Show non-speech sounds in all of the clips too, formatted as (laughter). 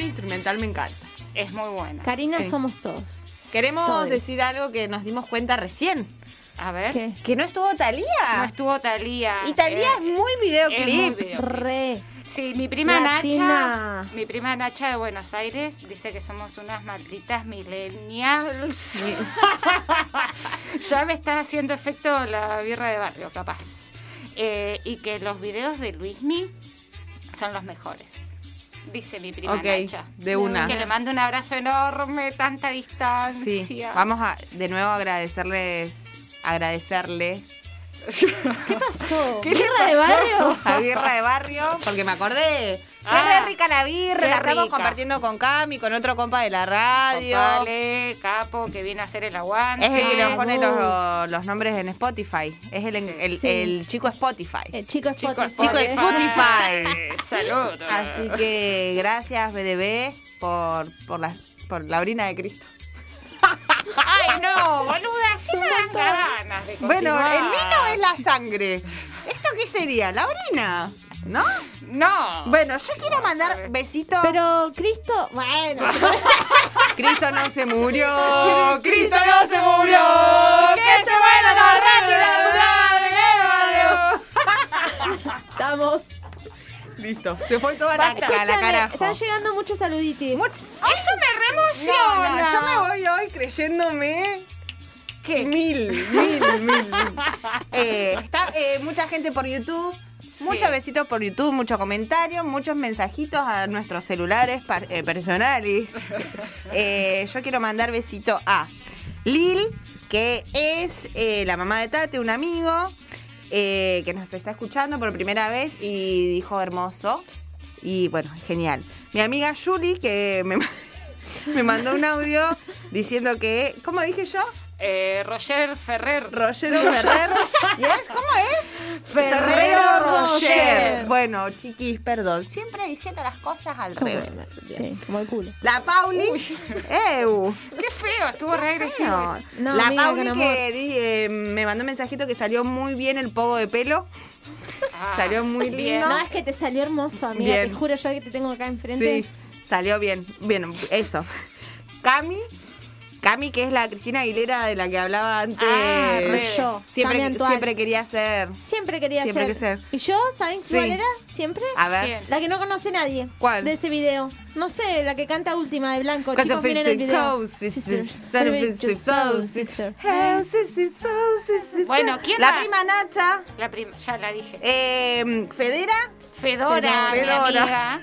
instrumental me encanta. Es muy buena. Karina Sí. somos todos. Queremos Todes. decir ¿eh? algo que nos dimos cuenta recién, A ver. ¿Qué? que no estuvo Talía. No estuvo Talía. y Talía es muy videoclip. Re. eh, Sí, mi prima Latina. Nacha, mi prima Nacha de Buenos Aires dice que somos unas malditas millennials. (laughs) ya me está haciendo efecto la birra de barrio, capaz. Eh, y que los videos de Luismi son los mejores. Dice mi prima ok, Nacha. de una. Que le mando un abrazo enorme, tanta distancia. Sí, vamos a de nuevo agradecerles, agradecerles (laughs) ¿Qué pasó? ¿Qué le ¿Birra de (laughs) pasó? barrio? la birra de barrio, porque me acordé. Qué Ah, re rica la birra, qué la estamos rica. compartiendo con Cami, con otro compa de la radio. Vale, capo, que viene a hacer el aguante. Es el que nos pone Uh. los, los nombres en Spotify. Es el, Sí. el- Sí. el chico Spotify. El Eh, chico es Chicos, Spotify. Eh, Chico Spotify. (laughs) Saludos. Así que gracias, BDB, por, por, las, por la orina de Cristo. Ay, (laughs) no, boluda, sí un me dan montón. ganas de Bueno, continuar. el vino es la sangre. ¿Esto qué sería? ¿La orina? ¿No? No. Bueno, yo quiero mandar besitos. Pero Cristo, (laughs) bueno, Cristo no se murió. Cristo no se murió. Que se mueran los ratos de la ciudad, que no valió. estamos. Listo. Se fue toda la, Basta. cara, carajo. están llegando muchos saluditis. Much- Eso me No, reemociona. no, yo me voy hoy creyéndome ¿Qué? mil, mil, mil. mil. Eh, está eh, mucha gente por YouTube. Muchos besitos por YouTube, muchos comentarios, muchos mensajitos a nuestros celulares par- eh, personales. Eh, yo quiero mandar besito a Lil, que es eh, la mamá de Tate, un amigo eh, que nos está escuchando por primera vez y dijo hermoso. Y bueno, genial. Mi amiga Julie, que me, (laughs) ma- me mandó un audio diciendo que, ¿cómo dije yo? Eh, Roger Ferrer. Roger Ferrer. ¿Y es? ¿Cómo es? Ferrero Roger. Bueno, chiquis, perdón. Siempre diciendo las cosas al revés. Sí, como el culo. La Pauli. Eh, Eu. Qué feo, estuvo re agresivo No, eso. No, la amiga, Pauli con que amor. di- eh, me mandó un mensajito que salió muy bien el pogo de pelo. Ah, Salió muy bien. lindo. No, es que te salió hermoso, amiga. Bien. Te juro yo que te tengo acá enfrente. Sí, salió bien. Bien, eso. Cami. Cami, que es la Cristina Aguilera de la que hablaba antes. Ah, re. Yo, Cami siempre, Antoine. siempre quería ser. Siempre quería Siempre ser. que ser. ¿Y yo? ¿Saben Sí. Ah, cuál era? ¿Siempre? A ver. Bien. La que no conoce nadie. ¿Cuál? De ese video. No sé, la que canta última de Blanco. Cut Chicos, off miren into el video. toes, sisters. Sisters. Cut off Perfect, into so, toes, sister. Hey, sisters, so, sisters. Bueno, ¿quién La más? prima Nacha, La prim- ya la dije. eh, Federa, Fedora, mi Fedora. amiga,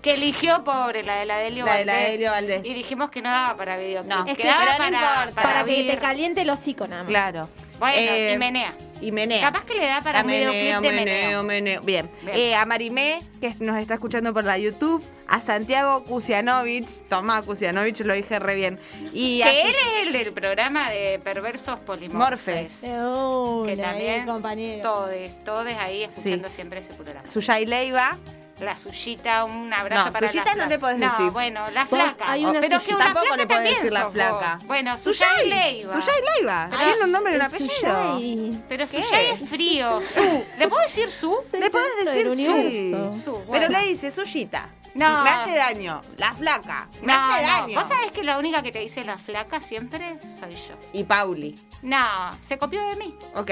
que eligió pobre la de la Delio La de Valdés. la Delio Valdés. Y dijimos que no daba para video. No. Es que daba ya no para, importa. para, Para que vir. te caliente el hocico nada más. claro. Bueno, Eh, y menea. y Menea. Capaz que le da para La un videoclip de meneo. meneo. Bien. Bien. Eh, a Marimé, que nos está escuchando por la YouTube. A Santiago Kusianovich. Tomá, Kusianovich, lo dije re bien. Y a Que él Sus- es el del programa de perversos polimorfes. Morfes. De una, que eh, también compañero. todes, todes ahí escuchando Sí. siempre ese programa. Suyai Leiva. La Suyita, un abrazo No, para la Suyita no flaca. le podés decir. bueno, la Vos, flaca. hay una pero que Suyita. una Tampoco flaca le puedes también decir la sos flaca. vos. Bueno, Suyay Suyai Leiva. Suyai Leiva. Pero Tiene un nombre y un El apellido. Suyai. Pero ¿Qué? Suyay es frío. Su. ¿Le puedo decir su? Es el Le puedes centro decir del universo. sí. Su, bueno. Pero le dice suyita. No. Me hace daño. La flaca. Me No, hace no. daño. ¿Vos sabés que la única que te dice la flaca siempre soy yo? Y Pauli. No, se copió de mí. Ok.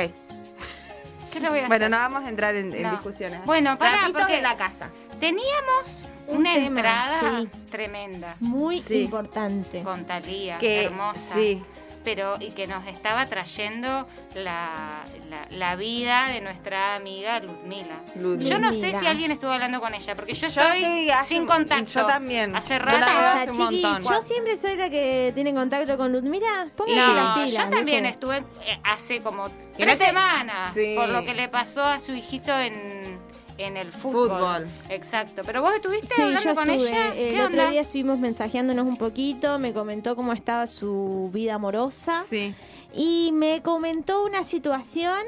¿Qué le voy a Bueno, hacer? no vamos a entrar en, en No. discusiones. Bueno, pará, Trapitos porque- en la casa. Teníamos Un una tema, entrada sí. tremenda Muy Sí. importante. con Talía, Que- hermosa. sí. Pero, y que nos estaba trayendo la, la- la vida de nuestra amiga Ludmila. Ludmila. Yo no sé Ludmila. si alguien estuvo hablando con ella, porque yo estoy estoy hace- sin contacto. yo también. Yo Hace la rato. veo pasa, hace un chiquis? montón. Yo siempre soy la que tiene contacto con Ludmila. Pónganse las No, pilas. yo también viejo. estuve eh, hace como Que no tres te- semanas Sí. por lo que le pasó a su hijito en, en el fútbol. Fútbol. Exacto. Pero vos estuviste Sí, hablando yo con estuve. eh, ella. El ¿Qué otro onda? día estuvimos mensajeándonos un poquito. Me comentó cómo estaba su vida amorosa. Sí. Y me comentó una situación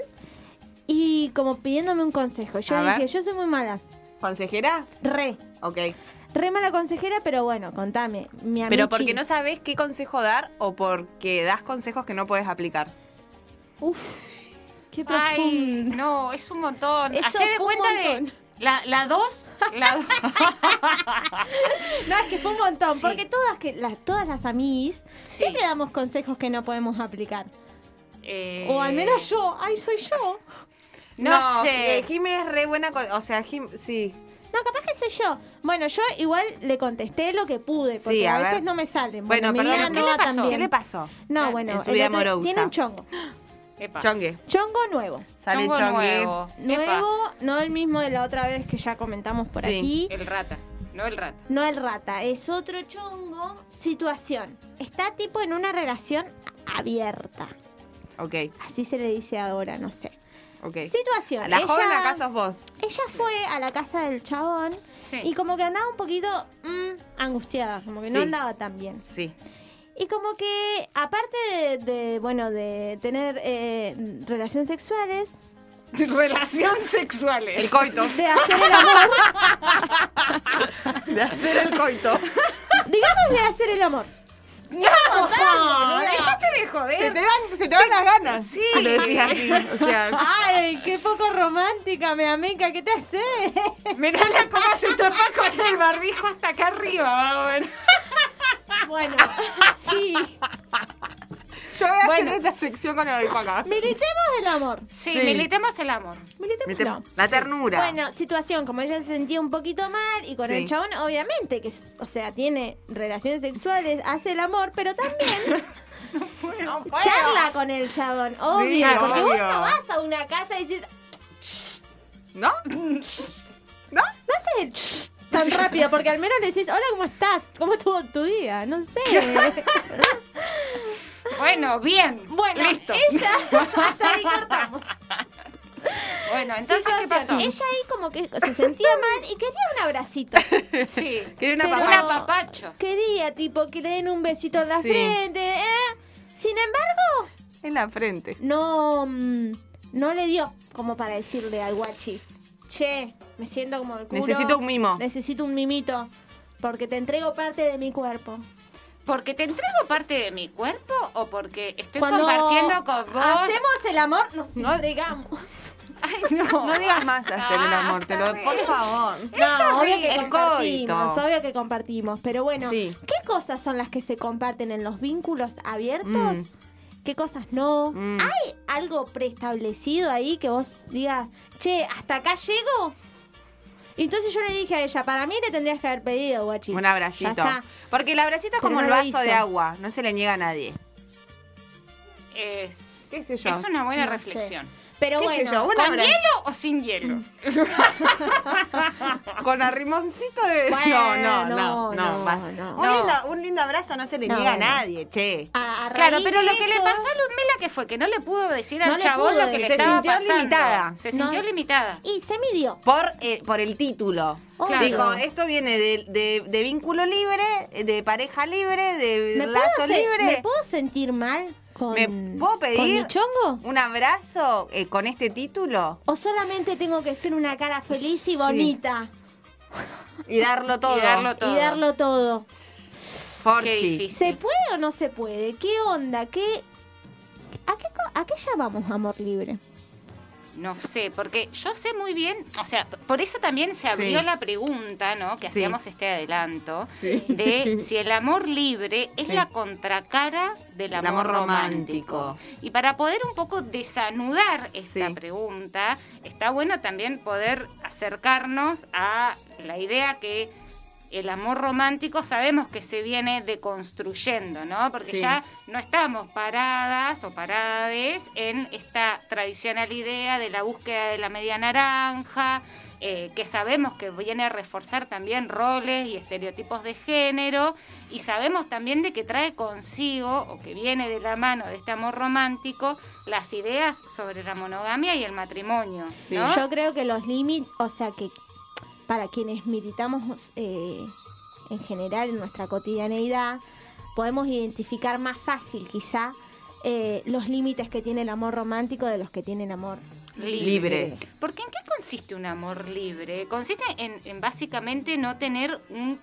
y como pidiéndome un consejo. Yo A le ver. dije, yo soy muy mala. ¿Consejera? Re. Ok. Re mala consejera, pero bueno, contame. Mi amichi. Pero porque no sabes qué consejo dar o porque das consejos que no puedes aplicar. Uf, qué Ay, profundo. no, es un montón. Eso Hacé de fue un cuenta de montón. La, la dos, la dos. (laughs) No, es que fue un montón, Sí. porque todas, que, las, todas las amiguis Sí. siempre damos consejos que no podemos aplicar. Eh, O al menos yo, ay, soy yo. No, sé. eh, Jime es re buena. con- o sea, Jim, sí. No, capaz que soy yo. Bueno, yo igual le contesté lo que pude, porque Sí, a a, veces ver. no me salen. Bueno, mi perdón, vida ¿qué no le va tan pasó? ¿Qué bien. le pasó? No, En bueno, su el vida otro- tiene amorosa. un chongo. Epa. Chongue. Chongo nuevo. Sale Chongo chongue. nuevo. Epa. Nuevo, no el mismo de la otra vez que ya comentamos por Sí. aquí. El rata. No el rata. (laughs) No el rata, es otro chongo. Situación. Está tipo en una relación abierta. Ok, Así se le dice ahora, no sé. ok. Situación. La ella, joven acá sos vos. ella fue a la casa del chabón Sí. y como que andaba un poquito mm, angustiada, como que no Sí. andaba tan bien. Sí. Y como que, aparte de, de, bueno, de tener eh, relaciones sexuales, Relación sexuales. El (laughs) coito. de hacer el (laughs) amor, De hacer el coito. digamos de hacer el amor. No, dejate de joder. Se te van, se te van las ganas. Sí. Si lo decís así. O sea, Ay, qué poco romántica, mi amiga, ¿qué te (laughs) hace? Mirá la cómo se tapa con el barbijo hasta acá arriba. va, bueno. Bueno, sí. yo voy a Bueno. hacer esta sección con el barbijo acá. Militemos el amor. Sí, Sí. militemos el amor. Mi Militemos el tema- amor. La ternura. Bueno, situación, como ella se sentía un poquito mal y con Sí. el chabón, obviamente, que, es- o sea, tiene relaciones sexuales, hace el amor, (laughs) pero también No puedo. charla con el chabón, obvio. porque vos obvio. no vas a una casa y dices, ¿No? ¿No? no haces el ch- tan rápido, porque al menos le decís, hola, ¿cómo estás? ¿Cómo estuvo tu día? (laughs) No sé. Bueno, bien. Bueno, listo. ella, (laughs) hasta ahí cortamos. Bueno, entonces, ¿qué pasó? Situación, Ella ahí como que (laughs) se sentía mal y quería un abracito. Sí. Quiere una Pero- Un papá. apapacho. Quería, tipo, que le den un besito en la Sí. frente. ¿eh? Sin embargo, En la frente. no, mm, no le dio como para decirle al guachi, che, me siento como el culo. Necesito un mimo. Necesito un mimito. Porque te entrego parte de mi cuerpo. ¿Porque te entrego parte de mi cuerpo o porque estoy Cuando compartiendo con vos? Hacemos el amor, nos No- entregamos. Ay, no. No digas más hacer el Ah, amor, te lo, está por bien. favor. No, obvio horrible. que El compartimos, coito. obvio que compartimos. Pero bueno, Sí. ¿qué cosas son las que se comparten en los vínculos abiertos? ¿Qué cosas no? Mm. ¿Hay algo preestablecido ahí que vos digas, che, hasta acá llego? Entonces yo le dije a ella, para mí le tendrías que haber pedido, guachi. Un Ya abracito. está. Porque el abracito es Pero como el no lo vaso de hizo. agua, no se le niega a nadie. Es, ¿Qué sé yo? es una buena No sé. reflexión. Pero ¿Qué bueno, sé yo? Un ¿Con abrazo. hielo o sin hielo? Mm, Con arrimoncito (laughs) de. no, no, no, no. Bueno, no, va. no. Un, No. Lindo, un lindo abrazo no se le No, niega bueno. a nadie, che. a- a Claro, raíz pero de lo que le eso- pasó a Ludmila que fue que no le pudo decir al No le chabón pudo lo que le decir. Se estaba sintió pasando. limitada. Se sintió No. limitada. Y se midió. Por, eh, por el título. Claro. Dijo, esto viene de, de- de vínculo libre, de pareja libre, de ¿Me puedo, lazo se- ¿Me libre. puedo sentir mal con, ¿Me puedo con mi pedir chongo? un abrazo eh, con este título ¿O solamente tengo que ser una cara feliz Sí. y bonita? y darlo todo. (laughs) Y darlo todo. Y darlo todo. Forchi. Qué difícil. ¿Se puede o no se puede? ¿Qué onda? ¿Qué... ¿A, qué, co- ¿A qué llamamos amor libre? No sé, porque yo sé muy bien, o sea, p- por eso también se abrió Sí. la pregunta, ¿no? Que Sí. hacíamos este adelanto Sí. (laughs) de si el amor libre es Sí. la contracara del El amor, amor romántico. romántico. Y para poder un poco desanudar esta Sí. pregunta, está bueno también poder acercarnos a la idea que el amor romántico sabemos que se viene deconstruyendo, ¿no? Porque Sí. ya no estamos paradas o parades en esta tradicional idea de la búsqueda de la media naranja, eh, que sabemos que viene a reforzar también roles y estereotipos de género, y sabemos también de que trae consigo, o que viene de la mano de este amor romántico, las ideas sobre la monogamia y el matrimonio. Sí. ¿no? Yo creo que los límites, o sea que para quienes militamos eh, en general en nuestra cotidianeidad, podemos identificar más fácil quizá eh, los límites que tiene el amor romántico de los que tiene el amor Libre. Porque ¿en qué consiste un amor libre? Consiste en, en básicamente no tener un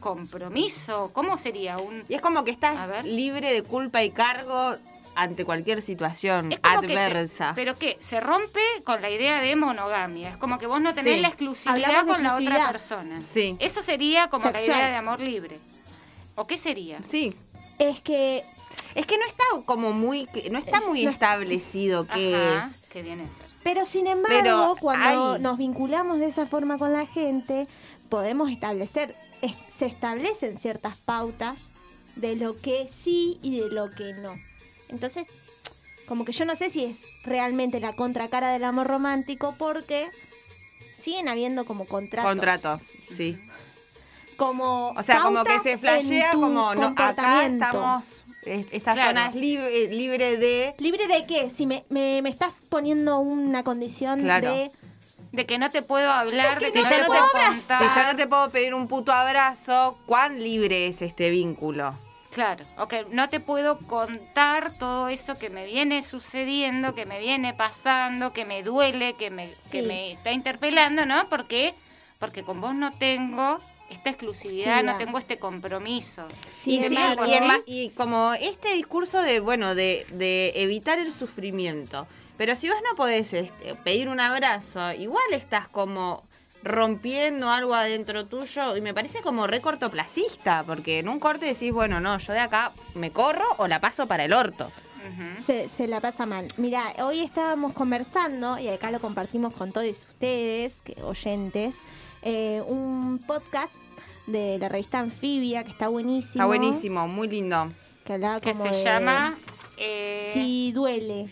compromiso. ¿Cómo sería un...? Y es como que A estás ver. libre de culpa y cargo ante cualquier situación Es como que se- adversa. pero que se rompe con la idea de monogamia. Es como que vos no tenés Sí. la exclusividad Hablamos de con la otra exclusividad. persona. Sí. Eso sería como la Sexual. idea de amor libre. ¿O qué sería? Sí. Es que Es que no está como muy, no está muy No es- establecido qué Ajá, es. que viene a ser. Pero sin embargo, Pero cuando hay- nos vinculamos de esa forma con la gente, podemos establecer, es- se establecen ciertas pautas de lo que sí y de lo que no. Entonces, como que yo no sé si es realmente la contracara del amor romántico porque siguen habiendo como contratos. Contratos, sí. Como O sea, como que pautas se en flashea tu como no, acá comportamiento. estamos, es- esta Claro. zona es lib- eh, libre de... ¿Libre de qué? Si me, me, me estás poniendo una condición Claro. de... De que no te puedo hablar, de Si que yo, no te no puedo te, contar. si yo no te puedo pedir un puto abrazo, ¿cuán libre es este vínculo? Claro, ok, no te puedo contar todo eso que me viene sucediendo, que me viene pasando, que me duele, que me, que Sí. me está interpelando, ¿no? Porque, porque con vos no tengo esta exclusividad, Sí, no ya. tengo este compromiso. Sí, y, sin sí, embargo, y, el ¿sí? ma- y como este discurso de, bueno, de, de evitar el sufrimiento. Pero si vos no podés este, pedir un abrazo, igual estás como rompiendo algo adentro tuyo y me parece como re cortoplacista, porque en un corte decís, bueno, no, yo de acá me corro o la paso para el orto. Ujú. Se, se la pasa mal. Mira, hoy estábamos conversando, y acá lo compartimos con todos ustedes, que- oyentes, eh, un podcast de la revista Anfibia, que está buenísimo. Está buenísimo, muy lindo. Que hablaba Que como se de llama... eh, Si duele.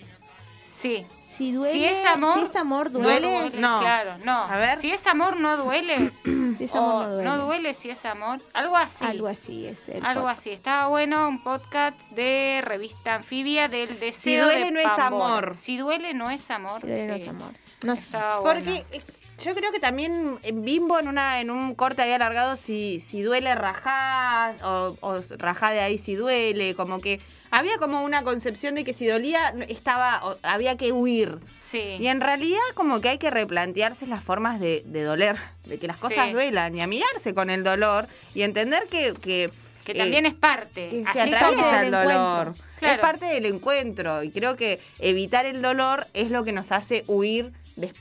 sí. Si duele. Si es amor, si es amor, no duele. No. Claro, no. A ver. Si es amor, no duele. (clears throat) Si es O amor, no duele. no duele si es amor. Algo así. Algo así es. el Algo podcast. así, estaba bueno un podcast de revista anfibia del deseo. duele, de no es Pambor. amor. Si duele no es amor. Si duele, no sí. es amor. No sé. Estaba bueno. Porque eh, yo creo que también eh, Bimbo en una en un corte había alargado si, si duele rajá o, o s- rajá de ahí si duele, como que había como una concepción de que si dolía n- estaba o- había que huir. Sí. Y en realidad como que hay que replantearse las formas de, de doler, de que las cosas Sí. duelan y amigarse con el dolor y entender que... que que también es parte. que eh, así eh, se como- atraviesa parte el del dolor. encuentro. Claro. Es parte del encuentro. Y creo que evitar el dolor es lo que nos hace huir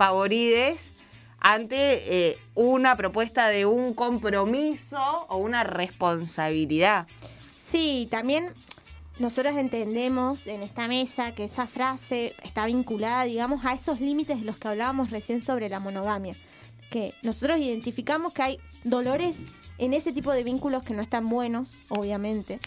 despavorides ante eh, una propuesta de un compromiso o una responsabilidad. Sí, también nosotros entendemos en esta mesa que esa frase está vinculada, digamos, a esos límites de los que hablábamos recién sobre la monogamia. Que nosotros identificamos que hay dolores en ese tipo de vínculos que no están buenos, obviamente.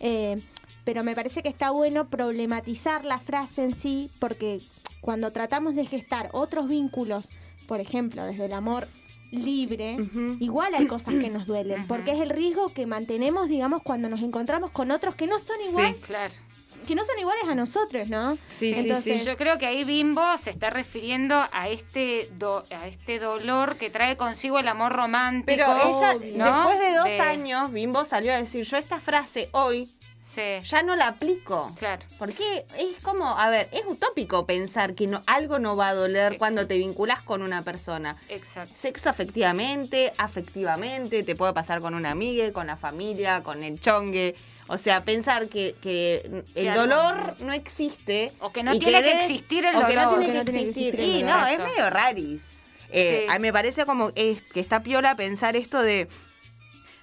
Eh, pero me parece que está bueno problematizar la frase en sí, porque cuando tratamos de gestar otros vínculos, por ejemplo, desde el amor libre, Ujú. igual hay cosas que nos duelen, Ujú. porque es el riesgo que mantenemos, digamos, cuando nos encontramos con otros que no son igual, Claro. que no son iguales a nosotros, ¿no? Sí, sí, Entonces, sí. Yo creo que ahí Bimbo se está refiriendo a este do- a este dolor que trae consigo el amor romántico. Pero ella, ¿no? Eh. después de dos años, Bimbo salió a decir, yo esta frase hoy Sí, ya no la aplico. claro. Porque es como, a ver, es utópico pensar que no, algo no va a doler cuando Exacto. te vinculas con una persona. Exacto. Sexo afectivamente, afectivamente, te puede pasar con una amiga, con la familia, con el chongue. O sea, pensar que, que el Que algo- dolor no existe. O que no y tiene que querer- existir el O que no dolor. tiene que O que no tiene que existir. existir el Y dolor. no, es Exacto. medio raris. Eh, Sí. a mí me parece como es- que está piola pensar esto de,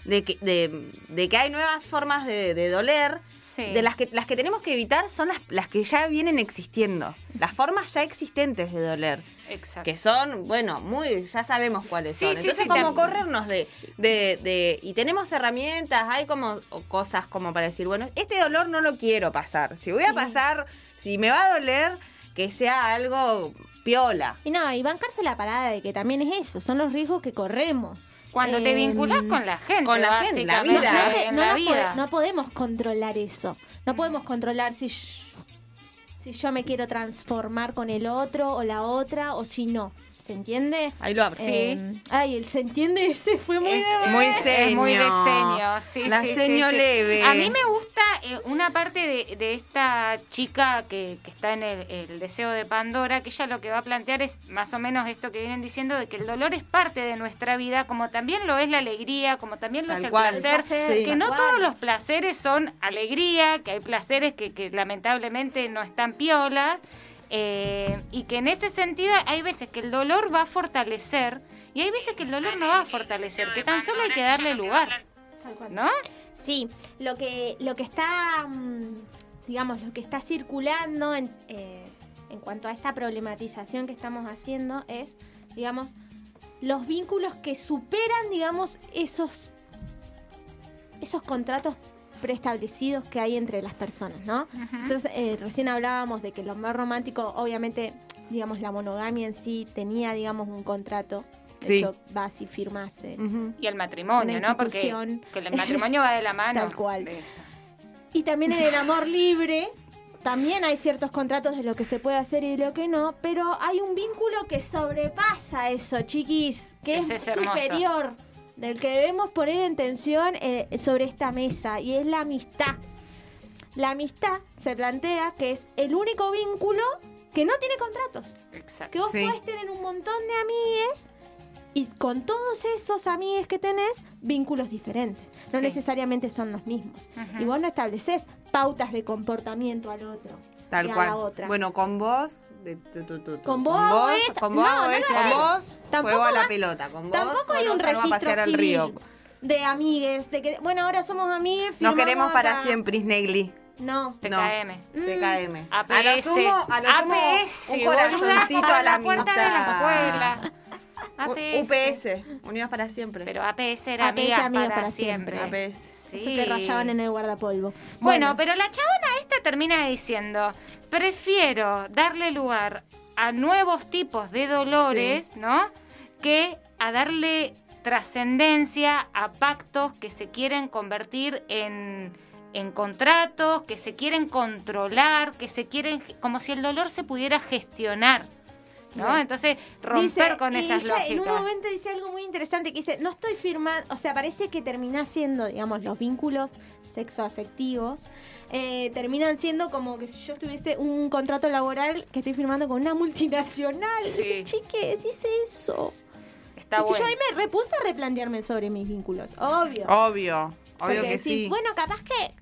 de, que, de, de que hay nuevas formas de, de doler. Sí. De las que, las que tenemos que evitar son las, las que ya vienen existiendo. Las formas ya existentes de doler Exacto. que son, bueno, muy, ya sabemos cuáles Sí, son. sí, Entonces, sí, como tam- corrernos de, de, de- Y tenemos herramientas, hay como o cosas como para decir, bueno, este dolor no lo quiero pasar. Si voy a pasar, si me va a doler, que sea algo piola. y no, y bancarse la parada de que también es eso, son los riesgos que corremos. Cuando te Eh, vinculas con la gente. Em, con la gente, la básicamente, vida. No, sé, en no la nos pode- vida. no podemos controlar eso. No podemos controlar si, sh- si yo me quiero transformar con el otro o la otra o si no. ¿Se entiende? Ahí lo abro. Sí. Eh, ay, el se entiende (laughs) ese fue muy Es- de- Muy es muy de seño. seño, sí, La sí, sí, seño sí. leve. A mí me gusta eh, una parte de, de esta chica que, que está en el, el deseo de Pandora, que ella lo que va a plantear es más o menos esto que vienen diciendo, de que el dolor es parte de nuestra vida, como también lo es la alegría, como también lo Tal es el cual. placer, Sí. que Tal no cual. todos los placeres son alegría, que hay placeres que, que lamentablemente no están piolas, eh, y que en ese sentido hay veces que el dolor va a fortalecer y hay veces que el dolor no va a fortalecer, que tan solo hay que darle lugar, Tal cual. ¿no? Sí, lo que, lo que está, mm, digamos, lo que está circulando en, eh, en cuanto a esta problematización que estamos haciendo es, digamos, los vínculos que superan, digamos, esos, esos contratos preestablecidos que hay entre las personas, ¿no? Entonces, eh, recién hablábamos de que lo más romántico, obviamente, digamos, la monogamia en sí tenía, digamos, un contrato. De Sí. hecho, vas y firmas. eh, Ujú. Y el matrimonio, Una ¿no? Porque institución. que el matrimonio va de la mano. Tal cual. de eso. Y también en el amor libre, también hay ciertos contratos de lo que se puede hacer y de lo que no, pero hay un vínculo que sobrepasa eso, chiquis, que es, Ese es hermoso. superior, del que debemos poner en tensión eh, sobre esta mesa, y es la amistad. La amistad se plantea que es el único vínculo que no tiene contratos. Exacto. Que vos Sí. podés tener un montón de amigues y con todos esos amigues que tenés, vínculos diferentes. No Sí. necesariamente son los mismos. Ujú. Y vos no estableces pautas de comportamiento al otro. y Tal a cual. la otra. Bueno, con vos. de tu, tu, tu, tu, Con vos hago esto. con vos, No, hago no lo esto, hagas. con vos Tampoco juego a la vas- pelota, con vos Tampoco hay solo un salgo a pasear registro al río. civil de amigues, de que, bueno, ahora somos amigues. Nos firmamos queremos para acá. siempre, Snegli. No. No. TKM. TKM. APS. A lo sumo, a lo sumo APS, un boluda, corazoncito como a la puerta de la (laughs) mitad. U- escuela. APS. UPS, Unidos para Siempre. Pero APS era APS, amigas amigos para, para siempre. siempre. APS. Sí. Eso te rayaban en el guardapolvo. Bueno, pero la chabona esta termina diciendo, prefiero darle lugar a nuevos tipos de dolores, ¿no? Que a darle trascendencia a pactos que se quieren convertir en, en contratos, que se quieren controlar, que se quieren, como si el dolor se pudiera gestionar, ¿no? Bien. Entonces, romper Dice- con y esas ella lógicas. En un momento dice algo muy interesante que dice, no estoy firmando, o sea, parece que termina siendo, digamos, los vínculos sexoafectivos, eh, terminan siendo como que si yo tuviese un contrato laboral que estoy firmando con una multinacional. Sí. Chique, dice eso. Está Y que bueno. Yo ahí me repuse a replantearme sobre mis vínculos, obvio. Obvio, obvio Porque que decís, sí. Bueno, capaz que,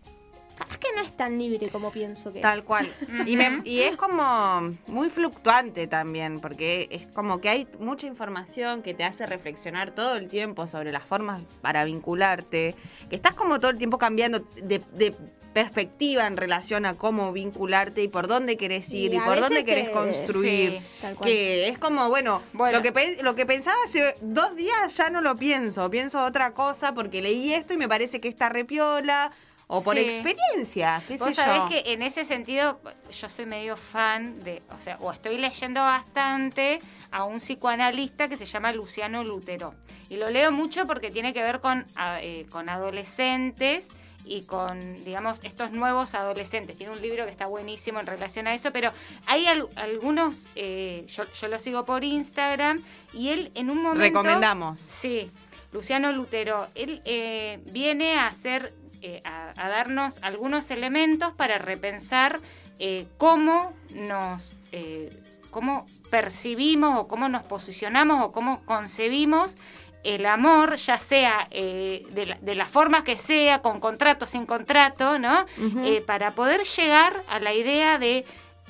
capaz que no es tan libre como pienso que Tal es. cual. Y, me- y es como muy fluctuante también, porque es como que hay mucha información que te hace reflexionar todo el tiempo sobre las formas para vincularte, que estás como todo el tiempo cambiando de, de perspectiva en relación a cómo vincularte y por dónde querés ir Y y, a por dónde veces querés que- construir. sí, tal cual. que es como, bueno, Bueno. Lo, que pe- lo que pensaba hace dos días ya no lo pienso, pienso otra cosa porque leí esto y me parece que está repiola. O por Sí. experiencia, qué sé Vos sabés yo. que en ese sentido yo soy medio fan de, o sea, o estoy leyendo bastante a un psicoanalista que se llama Luciano Lutero. Y lo leo mucho porque tiene que ver con, a- eh, con adolescentes y con, digamos, estos nuevos adolescentes. Tiene un libro que está buenísimo en relación a eso, pero hay al- algunos, eh, yo, yo lo sigo por Instagram y él en un momento... Recomendamos. Sí, Luciano Lutero. Él eh, viene a hacer, eh, a, a darnos algunos elementos para repensar eh, cómo nos, eh, cómo percibimos o cómo nos posicionamos o cómo concebimos el amor, ya sea eh, de, la- de las formas que sea, con contrato, sin contrato, ¿no? Eh, para poder llegar a la idea de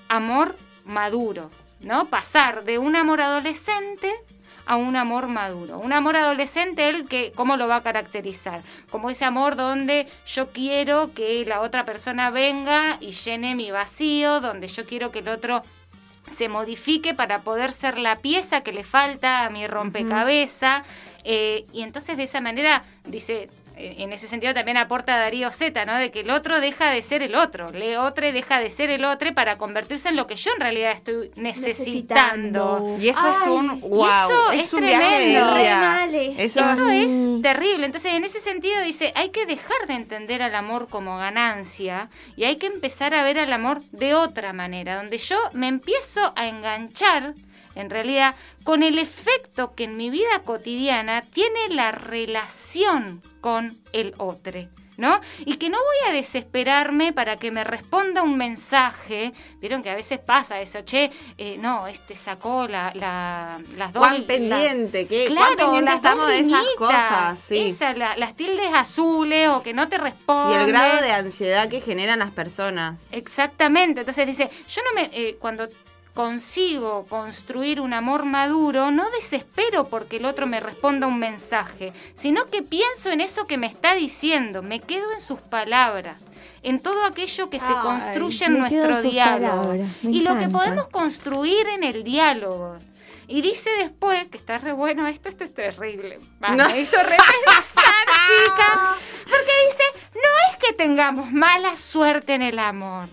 amor maduro, ¿no? Pasar de un amor adolescente a un amor maduro. Un amor adolescente, él que, ¿cómo lo va a caracterizar? Como ese amor donde yo quiero que la otra persona venga y llene mi vacío, donde yo quiero que el otro se modifique para poder ser la pieza que le falta a mi rompecabezas. Eh, y entonces de esa manera, dice, eh, en ese sentido también aporta Darío Z, ¿no? De que el otro deja de ser el otro, le otro deja de ser el otro para convertirse en lo que yo en realidad estoy necesitando. Necesitando. Y eso es Ay, un y wow, eso es, es un viaje de tremendo. ida. Renal, eso Eso, Eso es- es terrible. Entonces, en ese sentido, dice, hay que dejar de entender al amor como ganancia y hay que empezar a ver al amor de otra manera, donde yo me empiezo a enganchar, en realidad, con el efecto que en mi vida cotidiana tiene la relación con el otro. ¿no? Y que no voy a desesperarme para que me responda un mensaje. Vieron que a veces pasa eso, che, eh, no, este sacó la, la- las dos. Cuán la- pendiente, que Claro, cuán pendiente las dos estamos de esas linitas. cosas, sí. Esa, la- las tildes azules o que no te Y responden. el grado de ansiedad que generan las personas. Exactamente. Entonces dice, yo no me. eh, cuando consigo construir un amor maduro, no desespero porque el otro me responda un mensaje, sino que pienso en eso que me está diciendo, me quedo en sus palabras, en todo aquello que se Ay, construye en me quedo en nuestro sus diálogo palabras, me y lo que encanta. podemos construir en el diálogo. Y dice después, que está re bueno esto, esto es terrible. Va, No. Me hizo repensar, chica. Porque dice, no es que tengamos mala suerte en el amor.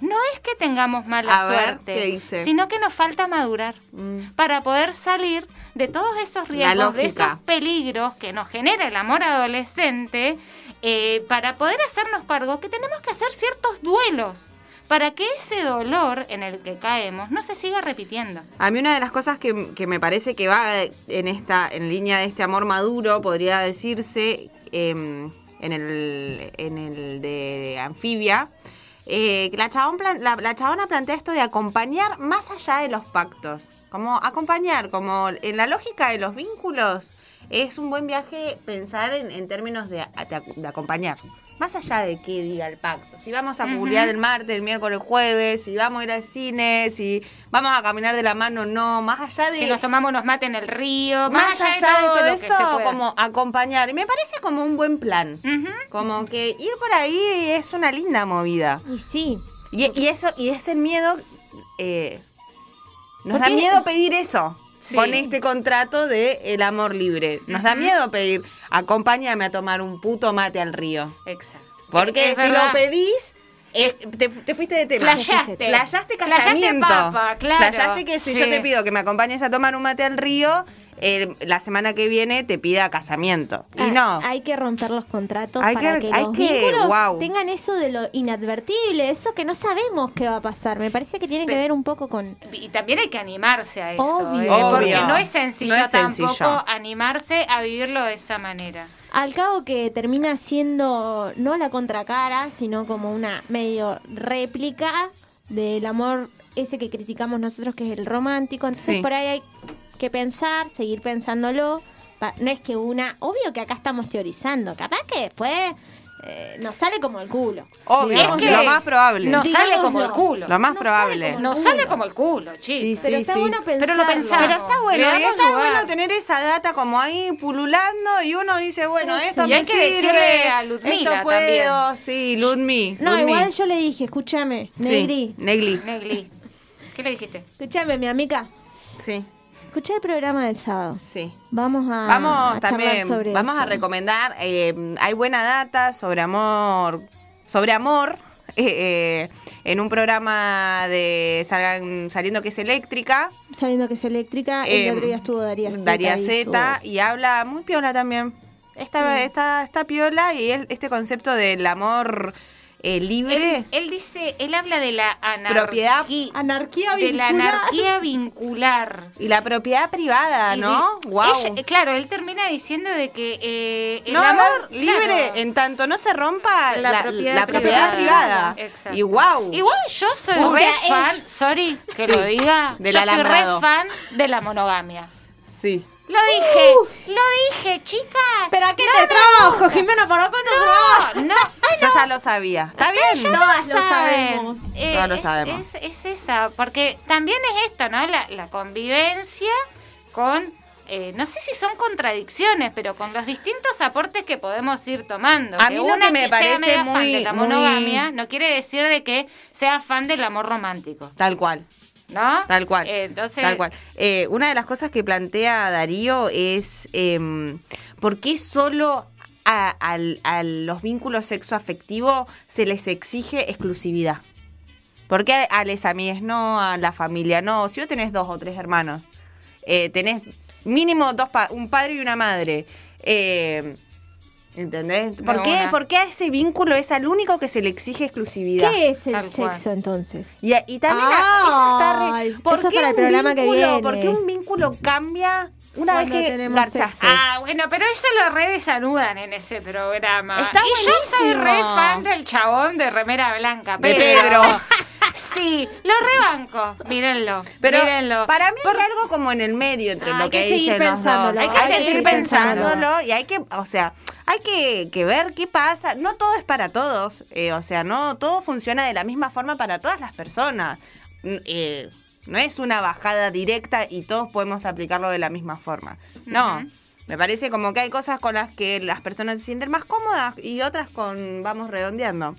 No es que tengamos mala A ver, suerte, ¿qué dice? sino que nos falta madurar Mm. para poder salir de todos esos La riesgos, de lógica. esos peligros que nos genera el amor adolescente, eh, para poder hacernos cargo que tenemos que hacer ciertos duelos para que ese dolor en el que caemos no se siga repitiendo. A mí una de las cosas que, que me parece que va en esta en línea de este amor maduro, podría decirse, em, en, el, en el de anfibia, eh, que la, chabón plan- la, la chabona plantea esto de acompañar más allá de los pactos. Como acompañar, como en la lógica de los vínculos, es un buen viaje pensar en, en términos de, a- de ac- de acompañar. Más allá de qué diga el pacto. Si vamos a culiar el martes, el miércoles, el jueves, si vamos a ir al cine, si vamos a caminar de la mano o no. Más allá de Si nos tomamos los mates en el río, más allá de todo todo lo que se eso, pueda. como acompañar. Y me parece como un buen plan. Ujú. Como que ir por ahí es una linda movida. Y sí, Y, y eso, y ese miedo, eh, nos da Porque- miedo pedir eso. Sí. Con este contrato de el amor libre. Nos da miedo pedir, acompáñame a tomar un puto mate al río. Exacto. Porque Es si verdad. lo pedís, eh, te, te fuiste de tema. (laughs) Flasheaste. Flasheaste Flasheaste casamiento. papa, claro. Flasheaste que si Sí. yo te pido que me acompañes a tomar un mate al río, eh, la semana que viene te pida casamiento. Y Ah, no. Hay que romper los contratos Hay para que- que, hay los que- vínculos guau. tengan eso de lo inadvertible, eso que no sabemos qué va a pasar. Me parece que tiene que Pe- ver un poco con Y también hay que animarse a eso, Obvio. ¿eh? porque Obvio. no es sencillo No es tampoco sencillo. animarse a vivirlo de esa manera. Al cabo que termina siendo no la contracara, sino como una medio réplica del amor ese que criticamos nosotros, que es el romántico. Entonces Sí. por ahí hay que pensar, seguir pensándolo. Pa- No es que una... Obvio que acá estamos teorizando, capaz que después eh, nos sale como el culo. Obvio, Es que lo más probable. Nos sale Digámoslo. como el culo. lo más no probable. sale como- Nos sale como el culo, chicos. Sí, Pero está sí. bueno pensarlo. Pero lo pensamos. Pero está bueno, Le y damos está lugar. bueno tener esa data como ahí pululando y uno dice, bueno, Pero esto sí. Y me hay que decirle sirve, a Ludmila esto puedo, sí, Ludmi. No, Ludmi. igual yo le dije, escúchame, Sí, Negri, Negri, Negli, ¿qué le dijiste? escúchame, mi amiga, sí, escuché el programa del sábado. sí. Vamos a, Vamos a charlar también, sobre vamos a eso. recomendar, eh, hay buena data sobre amor, sobre amor, (laughs) eh, eh, en un programa de Salgan- Saliendo que es eléctrica, sabiendo que es eléctrica, Eh, Ah, el otro día estuvo Daría Z. Daría ahí Z, estuvo. y habla muy piola también. Esta, esta, esta piola y el- este concepto del amor eh, libre, Él, él dice, él habla de la anarquía. Propiedad Anarquía De la vincular. anarquía vincular. y la propiedad privada, Ah, Y ¿no? di- Wow. ella- claro, él termina diciendo de que eh, el no, amor libre claro. en tanto no se rompa la, La la propiedad, propiedad privada. privada. Exacto. Y wow. Igual yo soy Uf. re O sea, fan, es- sorry que Sí, lo diga, del yo soy re alambrado. fan de la monogamia. Sí. Lo dije, lo dije, chicas. ¿Pero a qué No, te trajo, Jimena? ¿Por cuánto (laughs) No, no, Yo ya lo sabía. Está bien. Todas no saben. Eh, Todas lo es, sabemos. Es, es esa, porque también es esto, ¿no? La, la convivencia con, eh, no sé si son contradicciones, pero con los distintos aportes que podemos ir tomando. A mí lo una que me sea parece media fan muy- de la muy- monogamia no quiere decir de que sea fan del amor romántico, Tal cual. ¿no? Tal cual. Eh, entonces, Tal cual. Eh, una de las cosas que plantea Darío es em, por qué solo a, al- a los vínculos sexoafectivos se les exige exclusividad. ¿Por qué a les amigues no, a la familia no? Si vos tenés dos o tres hermanos, eh, tenés mínimo dos pa- un padre y una madre. eh, ¿Entendés? ¿Por, De qué, una. ¿Por qué a ese vínculo es al único que se le exige exclusividad? ¿Qué es el Tal cual. sexo entonces? Y, y también a- Ay, ella está re- eso es para el programa que vínculo, viene. ¿Por qué un vínculo cambia Una vez Cuando que tenemos garchaste. sexo. Ah, bueno, pero eso lo redesanudan en ese programa. Está y yo soy buenísimo. re fan del chabón de remera blanca, De pero... Pedro. (laughs) sí, lo rebanco. Mírenlo, Pero mírenlo. para mí Por- hay algo como en el medio entre Ah, lo hay que, que seguir dicen los dos. pensándolo, Hay que seguir pensándolo. pensándolo y hay que, o sea, hay que, que ver qué pasa. No todo es para todos. eh, o sea, no todo funciona de la misma forma para todas las personas. Mm, eh, no es una bajada directa y todos podemos aplicarlo de la misma forma. No. Me parece como que hay cosas con las que las personas se sienten más cómodas y otras con vamos redondeando.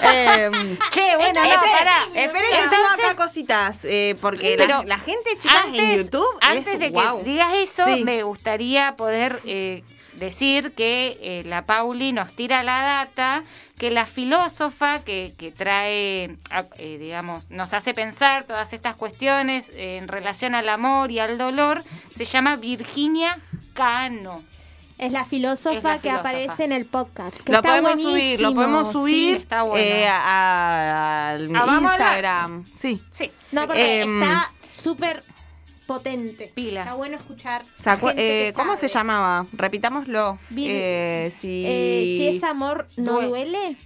Em, Che, bueno, no, esperen, pará. esperen que tengo Entonces, acá cositas, eh, porque la- Pero la, gente, chicas, en YouTube antes es de guau. que digas eso, Sí. me gustaría poder eh, decir que eh, la Pauli nos tira la data, que la filósofa que, que trae, ah, eh, digamos, nos hace pensar todas estas cuestiones eh, en relación al amor y al dolor, se llama Virginia Cano. Es la filósofa Es la que filósofa. aparece en el podcast. que Lo está podemos subir, buenísimo. lo podemos Sí. subir está bueno. eh, a- al Ah, vamos a Instagram. Sí. Sí. No, porque Em, está súper potente. Pila. Está bueno escuchar. ¿Se acu- gente que eh, ¿Cómo sabe. se llamaba? Repitámoslo. Vir- Eh, si... Eh, si es amor, ¿no Due- duele?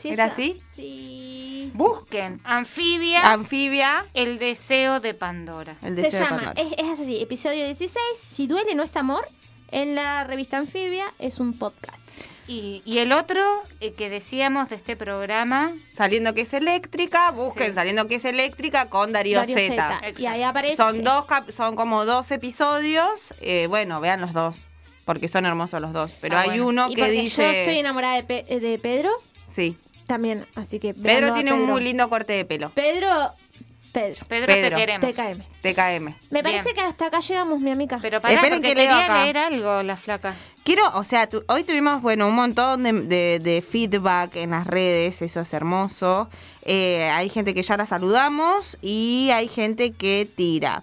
Si es ¿Era a- así? Sí. Busquen Anfibia, Ah. Anfibia, el deseo de Pandora. el Se deseo de llama, Pandora. es, es así, episodio 16, Si duele no es amor, en la revista Anfibia es un podcast. Y, y el otro eh, que decíamos de este programa, Saliendo que es eléctrica, busquen Sí. Saliendo que es eléctrica con Darío, Darío Zeta. Zeta. Y ahí aparece. Son dos cap- son como dos episodios. eh, bueno, vean los dos, porque son hermosos los dos. Pero Ah, hay bueno. uno Y que porque dice. Yo estoy enamorada de, Pe- de Pedro Sí. también, así que. veanlo Pedro a tiene un muy lindo corte de pelo. Pedro, Pedro, Pedro, te Pedro, queremos. TKM. TKM. Me Bien. parece que hasta acá llegamos, mi amiga. Pero pará, Esperen porque que leo quería acá. leer algo la flaca. Quiero, o sea, tu- hoy tuvimos, bueno, un montón de, de- de feedback en las redes, eso es hermoso. Eh, hay gente que ya la saludamos y hay gente que tira.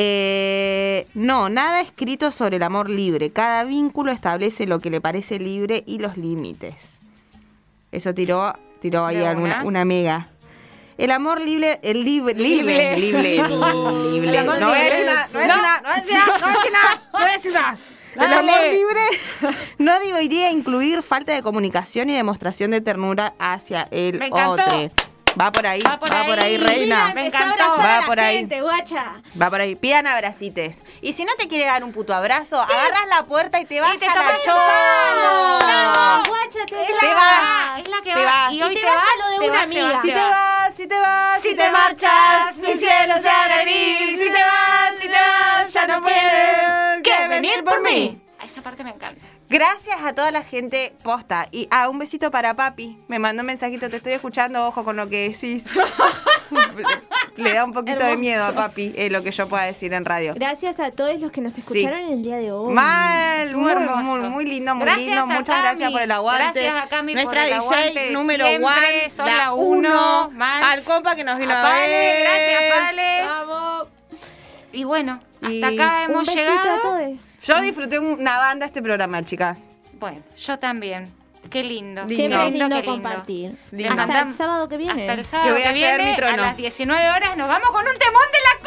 Eh, no, nada escrito sobre el amor libre. Cada vínculo establece lo que le parece libre y los límites. Eso tiró, tiró ahí De alguna, una. una amiga. El amor libre, el libre, libre, Libre. libre, (laughs) El libre. amor No voy a libre. decir nada, no voy a decir No. nada, Ah, no voy a decir nada, no voy a decir nada, no voy a decir nada. El Dale. amor libre no debería incluir falta de comunicación y demostración de ternura hacia el Me encantó. otro. Va por ahí, va por ahí, reina. Me Empezó a encantó. abrazar a Va la por ahí. gente, guacha. Va por ahí, pidan abracites. Y si no te quiere dar un puto abrazo, agarras la puerta y te vas a te la tomas el chota. palo. Guacha, Te te, la- vas, Ah, es la que te va. vas. Y Si hoy te te vas vas, a lo de te una vas, te amiga. vas, Si te te vas, si te vas, Si si te te marchas, marchas, mi cielo se hará gris. Si te vas, si te vas, ya no puedes que venir por mí. A Ah, esa parte me encanta. Gracias a toda la gente posta. Y ah, un besito para papi. Me mandó un mensajito, te estoy escuchando, ojo con lo que decís. (laughs) Le, le da un poquito de Hermoso. miedo a papi eh, lo que yo pueda decir en radio. Gracias a todos los que nos escucharon el día de hoy. Mal, Muy muy, hermoso. muy, muy lindo, muy Gracias lindo. a Muchas Cami. gracias por el aguante. Gracias a Cami por Nuestra el DJ aguante de número siempre. one, Son la, la uno. uno. Mal. Al compa que nos vino A a, Pale, ver. gracias Pale. Vamos. Y bueno, hasta Y acá Un hemos besito a llegado. todos. Yo disfruté una banda este programa, chicas. Bueno, yo también. Qué lindo. Lindo. Siempre qué es lindo qué compartir. Le Hasta el mandamos- sábado que viene. Hasta el sábado Que voy a que hacer viene, mi trono. a las 19 horas nos vamos con un temón de la